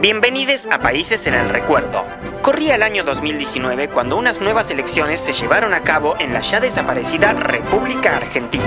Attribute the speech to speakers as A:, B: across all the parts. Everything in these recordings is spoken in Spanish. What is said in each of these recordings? A: Bienvenidos a Países en el Recuerdo. Corría el año 2019 cuando unas nuevas elecciones se llevaron a cabo en la ya desaparecida República Argentina.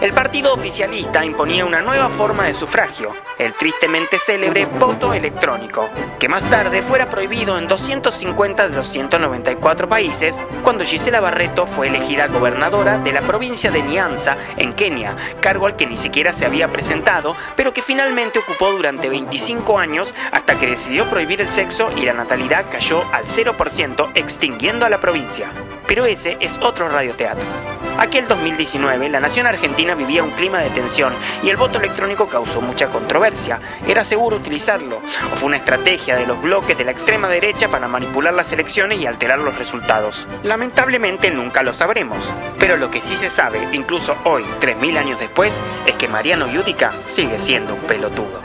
A: El partido oficialista imponía una nueva forma de sufragio, el tristemente célebre voto electrónico, que más tarde fuera prohibido en 250 de los 194 países cuando Gisela Barreto fue elegida gobernadora de la provincia de Nyanza, en Kenia, cargo al que ni siquiera se había presentado, pero que finalmente ocupó durante 25 años hasta que decidió prohibir el sexo y la natalidad cayó al 0%, extinguiendo a la provincia. Pero ese es otro radioteatro. Aquel 2019, la nación argentina vivía un clima de tensión y el voto electrónico causó mucha controversia. ¿Era seguro utilizarlo? ¿O fue una estrategia de los bloques de la extrema derecha para manipular las elecciones y alterar los resultados? Lamentablemente nunca lo sabremos. Pero lo que sí se sabe, incluso hoy, 3.000 años después, es que Mariano Yudica sigue siendo un pelotudo.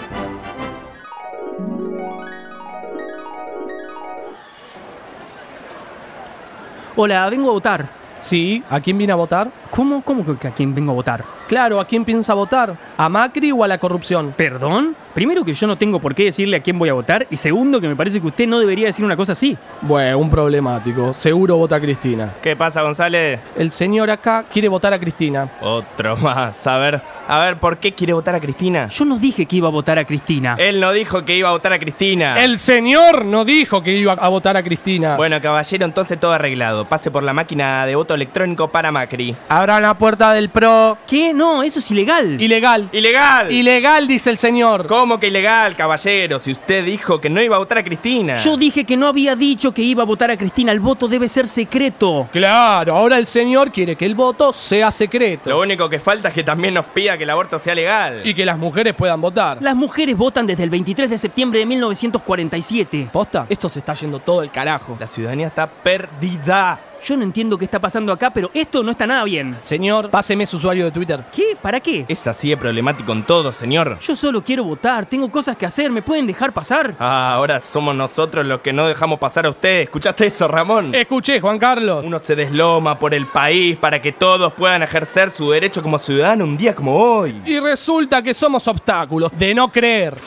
B: Hola, vengo a votar.
C: Sí, ¿a quién viene a votar?
B: ¿Cómo, cómo que a quién vengo a votar?
C: Claro, ¿a quién piensa votar? ¿A Macri o a la corrupción?
B: ¿Perdón? Primero que yo no tengo por qué decirle a quién voy a votar y segundo que me parece que usted no debería decir una cosa así.
C: Bueno, un problemático. Seguro vota a Cristina.
D: ¿Qué pasa, González?
C: El señor acá quiere votar a Cristina.
D: Otro más. A ver, a ver, ¿por qué quiere votar a Cristina?
B: Yo no dije que iba a votar a Cristina.
C: Eh.
D: Él no dijo que iba a votar a Cristina.
C: El señor no dijo que iba a votar a Cristina.
D: Ah. Bueno, caballero, entonces todo arreglado. Pase por la máquina de voto electrónico para Macri.
C: Abran la puerta del pro.
B: ¿Qué? No, eso es ilegal.
C: Ilegal.
D: ¡Ilegal!
C: Ilegal, dice el señor.
D: ¿Cómo que ilegal, caballero? Si usted dijo que no iba a votar a Cristina.
B: Yo dije que no había dicho que iba a votar a Cristina. El voto debe ser secreto.
C: Claro, ahora el señor quiere que el voto sea secreto.
D: Lo único que falta es que también nos pida que el aborto sea legal.
C: Y que las mujeres puedan votar.
B: Las mujeres votan desde el 23 de septiembre de 1947.
C: ¿Posta? Esto se está yendo todo el carajo.
D: La ciudadanía está perdida.
B: Yo no entiendo qué está pasando acá, pero esto no está nada bien.
C: Señor, páseme su usuario de Twitter.
B: ¿Qué? ¿Para qué?
D: Es así de problemático en todo, señor.
B: Yo solo quiero votar, tengo cosas que hacer, ¿me pueden dejar pasar?
D: Ah, ahora somos nosotros los que no dejamos pasar a usted. ¿Escuchaste eso, Ramón?
C: Escuché, Juan Carlos.
D: Uno se desloma por el país para que todos puedan ejercer su derecho como ciudadano un día como hoy.
C: Y resulta que somos obstáculos de no creer.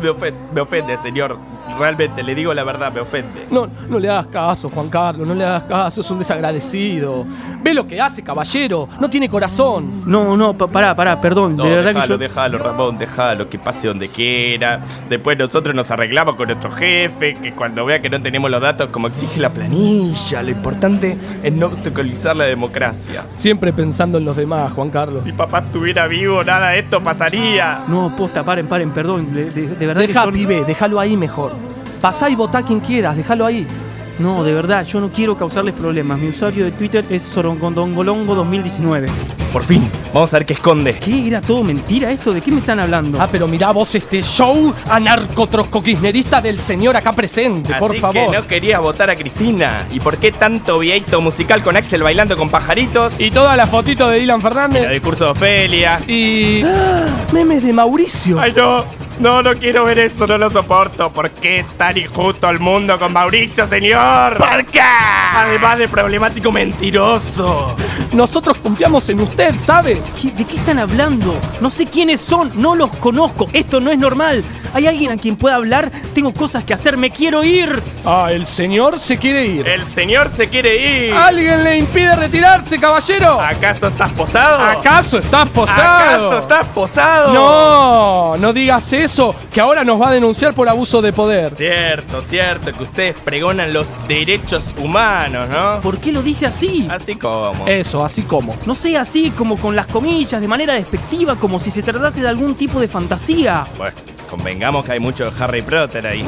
D: Me ofende, me ofende, señor. Realmente, le digo la verdad, me ofende.
C: No, no le hagas caso, Juan Carlos, no le hagas caso, es un desagradecido. Ve lo que hace, caballero, no tiene corazón.
B: No, no, pa- pará, pará, perdón.
D: No,
B: de verdad
D: déjalo,
B: que yo...
D: déjalo, Ramón, déjalo, que pase donde quiera. Después nosotros nos arreglamos con nuestro jefe, que cuando vea que no tenemos los datos como exige la planilla. Lo importante es no obstaculizar la democracia.
C: Siempre pensando en los demás, Juan Carlos.
D: Si papá estuviera vivo, nada de esto pasaría.
B: No, posta, paren, paren, perdón. De, de- de verdad
C: Deja,
B: que yo...
C: pibe, déjalo ahí mejor. Pasá y votá quien quieras, déjalo ahí.
B: No, de verdad, yo no quiero causarles problemas. Mi usuario de Twitter es sorongondongolongo2019.
D: Por fin, vamos a ver qué esconde.
B: ¿Qué? ¿Era todo mentira esto? ¿De qué me están hablando?
C: Ah, pero mirá vos este show anarcotrosco-kirchnerista del señor acá presente, por
D: Así
C: favor.
D: que no querías votar a Cristina. ¿Y por qué tanto vieito musical con Axel bailando con pajaritos?
C: Y todas las fotitos de Dylan
D: el
C: Fernández.
D: discurso de Ofelia.
C: Y. ¡Ah! Memes de Mauricio.
D: Ay, no. No, no quiero ver eso, no lo soporto. ¿Por qué tan injusto el mundo con Mauricio, señor? ¿Por qué? Además de problemático mentiroso.
C: Nosotros confiamos en usted, ¿sabe?
B: ¿Qué- ¿De qué están hablando? No sé quiénes son, no los conozco. Esto no es normal. ¿Hay alguien a quien pueda hablar? Tengo cosas que hacer, me quiero ir.
C: Ah, el señor se quiere ir.
D: El señor se quiere ir.
C: ¿Alguien le impide retirarse, caballero?
D: ¿Acaso estás posado?
C: ¿Acaso estás posado?
D: ¿Acaso estás posado?
C: No, no digas eso, que ahora nos va a denunciar por abuso de poder.
D: Cierto, cierto, que ustedes pregonan los derechos humanos, ¿no?
B: ¿Por qué lo dice así?
D: Así como.
C: Eso, así como.
B: No sea así, como con las comillas, de manera despectiva, como si se tratase de algún tipo de fantasía.
D: Bueno, convengamos que hay mucho de Harry Potter ahí.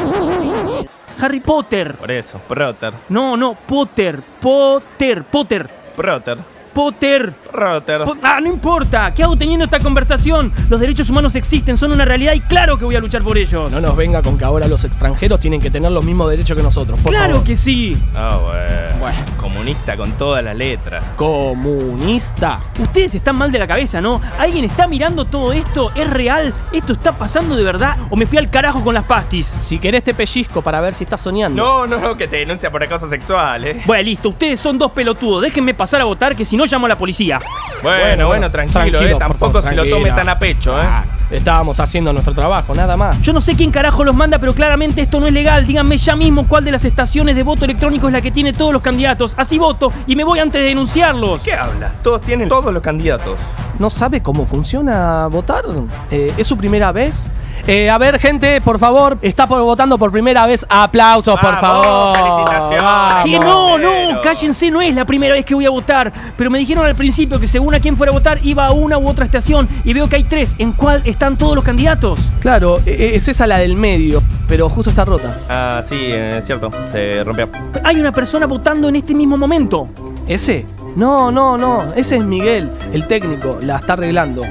B: Harry Potter.
D: Por eso, Potter,
B: No, no, Potter, Potter, Potter,
D: Potter,
B: Potter.
D: Potter.
B: Po- ah, no importa. ¿Qué hago teniendo esta conversación? Los derechos humanos existen, son una realidad y claro que voy a luchar por ellos.
C: No nos venga con que ahora los extranjeros tienen que tener los mismos derechos que nosotros. Por
B: claro
C: favor.
B: que sí.
D: Ah, bueno.
C: Bueno.
D: Comunista con todas las letras.
C: Comunista.
B: Ustedes están mal de la cabeza, ¿no? ¿Alguien está mirando todo esto? ¿Es real? ¿Esto está pasando de verdad? ¿O me fui al carajo con las pastis?
C: Si querés te pellizco para ver si estás soñando.
D: No, no, no, que te denuncia por acoso sexual, eh.
B: Bueno, listo, ustedes son dos pelotudos. Déjenme pasar a votar que si no llamo a la policía.
D: Bueno, bueno,
C: bueno,
D: tranquilo,
C: tranquilo,
D: eh.
C: por
D: Tampoco
C: favor,
D: se lo tome
C: tranquilo.
D: tan a pecho, eh.
C: Ah, Estábamos haciendo nuestro trabajo, nada más.
B: Yo no sé quién carajo los manda, pero claramente esto no es legal. Díganme ya mismo cuál de las estaciones de voto electrónico es la que tiene todos los candidatos. Así voto y me voy antes de denunciarlos.
D: ¿Qué hablas? Todos tienen todos los candidatos.
C: ¿No sabe cómo funciona votar? Eh, ¿Es su primera vez? Eh, a ver, gente, por favor, está por- votando por primera vez. Aplausos, por
D: Vamos,
C: favor.
D: felicitaciones.
C: Vamos.
B: Que no, no,
D: Pero-
B: cállense, no es la primera vez que voy a votar. Pero me dijeron al principio que según a quién fuera a votar iba a una u otra estación y veo que hay tres. ¿En cuál están todos los candidatos?
C: Claro, eh, es esa la del medio, pero justo está rota.
D: Ah, sí, es cierto. Se rompió.
B: Hay una persona votando en este mismo momento.
C: ¿Ese? No, no, no. Ese es Miguel, el técnico. La está arreglando.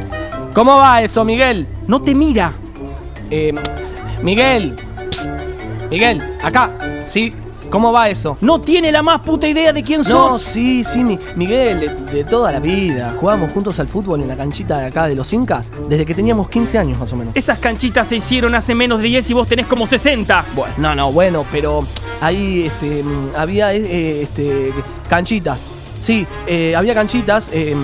C: ¿Cómo va eso, Miguel?
B: No te mira.
C: Eh, Miguel. Psst. Miguel, acá. Sí. ¿Cómo va eso?
B: No tiene la más puta idea de quién
C: No,
B: sos.
C: sí, sí, Mi- Miguel, de, de toda la vida. Jugábamos juntos al fútbol en la canchita de acá de los Incas desde que teníamos 15 años más o menos.
B: Esas canchitas se hicieron hace menos de 10 y vos tenés como 60.
C: Bueno, no, no, bueno, pero ahí este, mm, había eh, este, canchitas. Sí, eh, había canchitas. eh,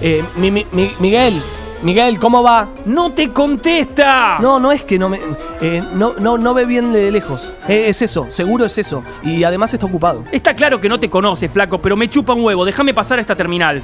C: eh, mi- mi- mi- Miguel, Miguel, ¿cómo va?
B: No te contesta.
C: No, no es que no me. eh, no, no, no ve bien de lejos. Eh, es eso, seguro es eso. Y además está ocupado.
B: Está claro que no te conoce, flaco, pero me chupa un huevo. Déjame pasar a esta terminal.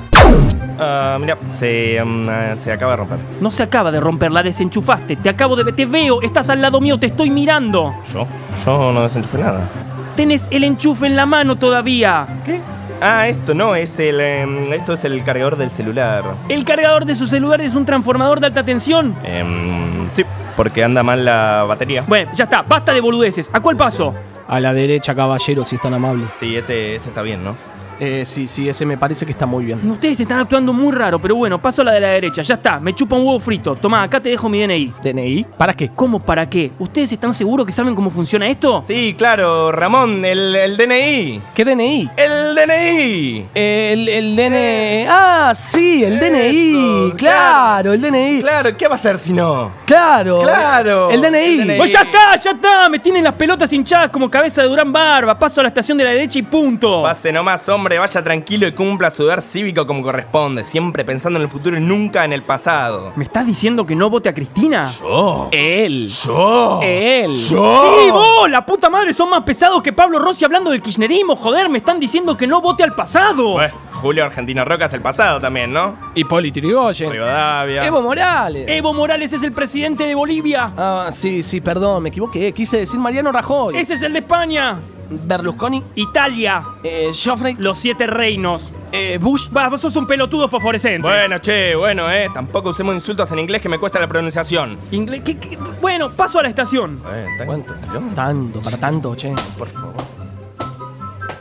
D: Ah, mira, se, mm, ah, se acaba de romper.
B: No se acaba de romper, la desenchufaste. Te acabo de... Te veo, estás al lado mío, te estoy mirando.
D: ¿Yo? Yo no desenchufé nada.
B: Tenés el enchufe en la mano todavía.
D: ¿Qué? Ah, esto no, es el. em, esto es el cargador del celular.
B: El cargador de su celular es un transformador de alta tensión.
D: Em, sí, porque anda mal la batería.
B: Bueno, ya está, basta de boludeces. ¿A cuál paso?
C: A la derecha, caballero, si es tan amable.
D: Sí, ese, ese está bien, ¿no?
C: Eh, sí, sí, ese me parece que está muy bien.
B: Ustedes están actuando muy raro, pero bueno, paso a la de la derecha. Ya está, me chupa un huevo frito. Tomá, acá te dejo mi DNI.
C: ¿DNI? ¿Para qué?
B: ¿Cómo para qué? ¿Ustedes están seguros que saben cómo funciona esto?
D: Sí, claro, Ramón, el, el DNI.
C: ¿Qué DNI?
D: ¡El DNI!
C: El, el DNI. Ah, sí, el
D: Eso,
C: DNI. Claro,
D: claro.
C: el DNI.
D: Claro, ¿qué va a hacer si no?
C: Claro.
D: Claro.
C: El DNI.
D: El DNI.
B: ¡Oh, ya está, ya está! Me tienen las pelotas hinchadas como cabeza de Durán Barba. Paso a la estación de la derecha y punto.
D: Pase nomás, hombre, vaya tranquilo y cumpla su deber cívico como corresponde, siempre pensando en el futuro y nunca en el pasado.
B: ¿Me estás diciendo que no vote a Cristina?
D: Yo.
C: Él.
D: Yo.
C: Él.
D: Yo.
B: ¡Sí, vos! ¡La puta madre! Son más pesados que Pablo Rossi hablando del kirchnerismo. Joder, me están diciendo que no vote al pasado.
D: Bueno, Julio Argentino Roca es el pasado también, ¿no?
C: Hipólito Yrigoyen.
D: Rivadavia.
C: Evo Morales.
D: Eh.
B: Evo Morales es el presidente de Bolivia.
C: Ah, sí, sí, perdón, me equivoqué. Quise decir Mariano Rajoy.
B: Ese es el de España.
C: Berlusconi.
B: Italia.
C: Eh, Joffrey.
B: Los siete reinos.
C: Eh, Bush.
B: Vas, vos sos un pelotudo fosforescente.
D: Bueno, che, bueno, eh. Tampoco usemos insultos en inglés que me cuesta la pronunciación.
B: Ingle- ¿qué- qué? Bueno, paso a la estación.
D: Eh, tan-
C: ¿Cuánto?
D: tan-
C: Tanto, para tanto, che.
D: Por favor.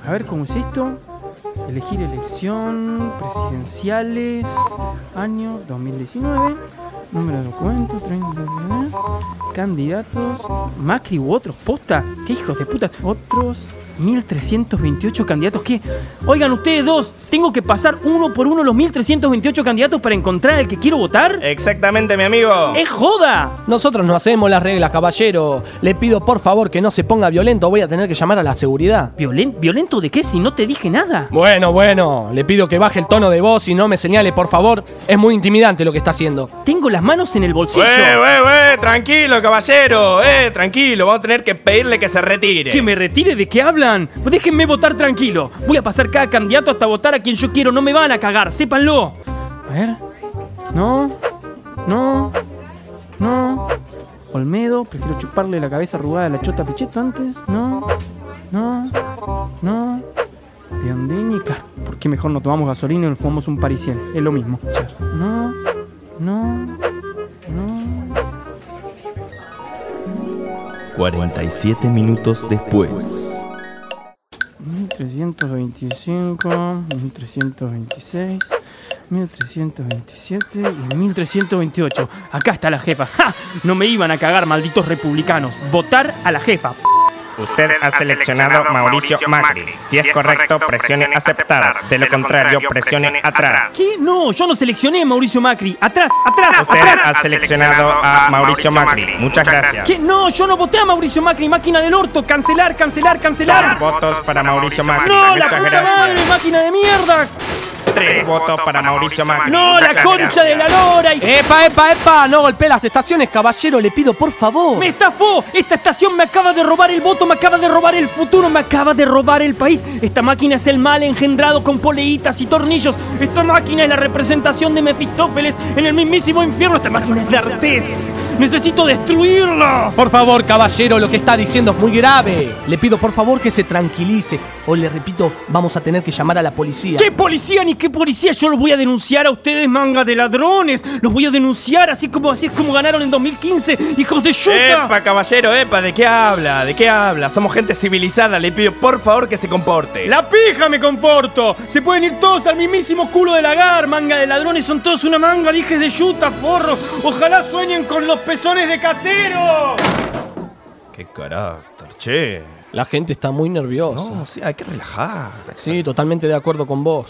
B: A ver cómo es esto. Elegir elección, presidenciales, año 2019, número de documentos, 30, candidatos, Macri u otros, posta, qué hijos de puta, otros 1328 candidatos, ¿qué? Oigan ustedes dos, tengo que pasar uno por uno los 1328 candidatos para encontrar al que quiero votar.
D: Exactamente, mi amigo.
B: ¡Es joda!
C: Nosotros no hacemos las reglas, caballero. Le pido por favor que no se ponga violento. Voy a tener que llamar a la seguridad.
B: ¿Violen- ¿Violento de qué si no te dije nada?
C: Bueno, bueno. Le pido que baje el tono de voz y no me señale, por favor. Es muy intimidante lo que está haciendo.
B: Tengo las manos en el bolsillo.
D: ¡Eh, eh, eh! Tranquilo, caballero. Eh, tranquilo. Vamos a tener que pedirle que se retire.
B: ¿Que me retire de qué hablan? Pues Déjenme votar tranquilo. Voy a pasar cada candidato hasta votar a quien yo quiero. No me van a cagar, sépanlo. A ver. No. No. No. Olmedo, prefiero chuparle la cabeza arrugada a la chota Pichetto antes. No. No. No. Biondini, claro. ¿Por qué mejor no tomamos gasolina y nos fumamos un parisien? Es lo mismo. No. No. No.
D: 47 minutos después.
B: 1325, 1326, 1327 y 1328. Acá está la jefa. ¡Ja! No me iban a cagar, malditos republicanos. Votar a la jefa.
D: Usted ha seleccionado Mauricio Macri. Si es correcto, presione aceptar. De lo contrario, presione atrás.
B: ¿Qué? No, yo no seleccioné a Mauricio Macri. Atrás, atrás,
D: Usted
B: atrás.
D: ha seleccionado a Mauricio Macri. Muchas gracias.
B: ¿Qué? No, yo no voté a Mauricio Macri, máquina del orto. Cancelar, cancelar, cancelar.
D: Votos para Mauricio Macri.
B: No, la
D: Muchas
B: puta madre,
D: gracias.
B: máquina de mierda.
D: Tres votos para Mauricio Macri.
B: ¡No, la
D: Muchas
B: concha de la
D: gracias.
B: lora! y-
C: ¡Epa, epa, epa! No golpeé las estaciones, caballero, le pido por favor.
B: ¡Me estafó! ¡Esta estación me acaba de robar el voto, me acaba de robar el futuro, me acaba de robar el país! Esta máquina es el mal engendrado con poleitas y tornillos. Esta máquina es la representación de Mefistófeles en el mismísimo infierno. Esta máquina es de Artés. ¡Necesito destruirla!
C: Por favor, caballero, lo que está diciendo es muy grave. Le pido por favor que se tranquilice. O le repito, vamos a tener que llamar a la policía.
B: ¿Qué policía ni qué policía? Yo los voy a denunciar a ustedes, manga de ladrones. Los voy a denunciar así como así es como ganaron en 2015, hijos de yuta.
D: Epa, caballero, epa, ¿de qué habla? ¿De qué habla? Somos gente civilizada, le pido por favor que se comporte.
B: La pija me comporto. Se pueden ir todos al mismísimo culo del lagar, manga de ladrones. Son todos una manga de hijes de yuta, forros. Ojalá sueñen con los pezones de casero.
D: Qué carácter, che.
C: La gente está muy nerviosa.
D: No, sí, hay que relajar.
C: Sí, totalmente de acuerdo con vos.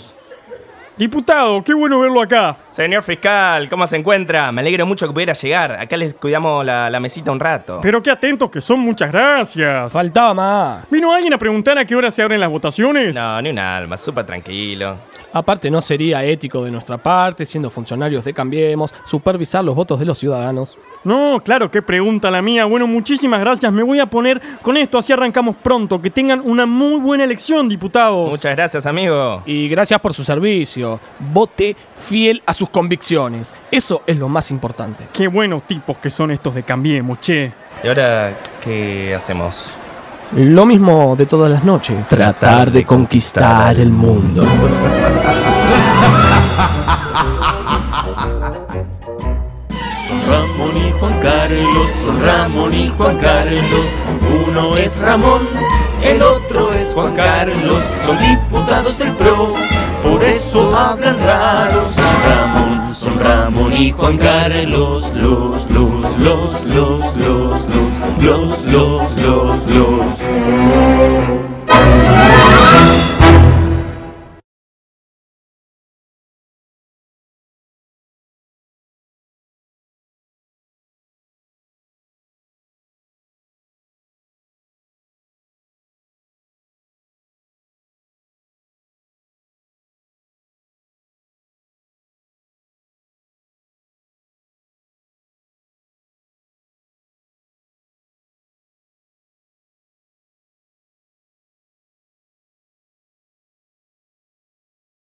B: Diputado, qué bueno verlo acá.
D: Señor fiscal, ¿cómo se encuentra? Me alegro mucho que pudiera llegar. Acá les cuidamos la, la mesita un rato.
B: Pero qué atentos que son, muchas gracias.
C: Faltaba más.
B: ¿Vino alguien a preguntar a qué hora se abren las votaciones?
D: No, ni un alma, súper tranquilo.
C: Aparte, no sería ético de nuestra parte, siendo funcionarios de Cambiemos, supervisar los votos de los ciudadanos.
B: No, claro, qué pregunta la mía. Bueno, muchísimas gracias. Me voy a poner con esto, así arrancamos pronto. Que tengan una muy buena elección, diputados.
D: Muchas gracias, amigo.
C: Y gracias por su servicio. Vote fiel a sus convicciones. Eso es lo más importante.
B: Qué buenos tipos que son estos de Cambiemos, che.
D: ¿Y ahora qué hacemos?
C: Lo mismo de todas las noches. Tratar de conquistar el mundo.
E: Son Ramón y Juan Carlos, son Ramón y Juan Carlos. Uno es Ramón, el otro es Juan Carlos. Son diputados del PRO, por eso hablan raros. Son Ramón, son Ramón y Juan Carlos. Los, los, los, los, los, los, los, los, los, los.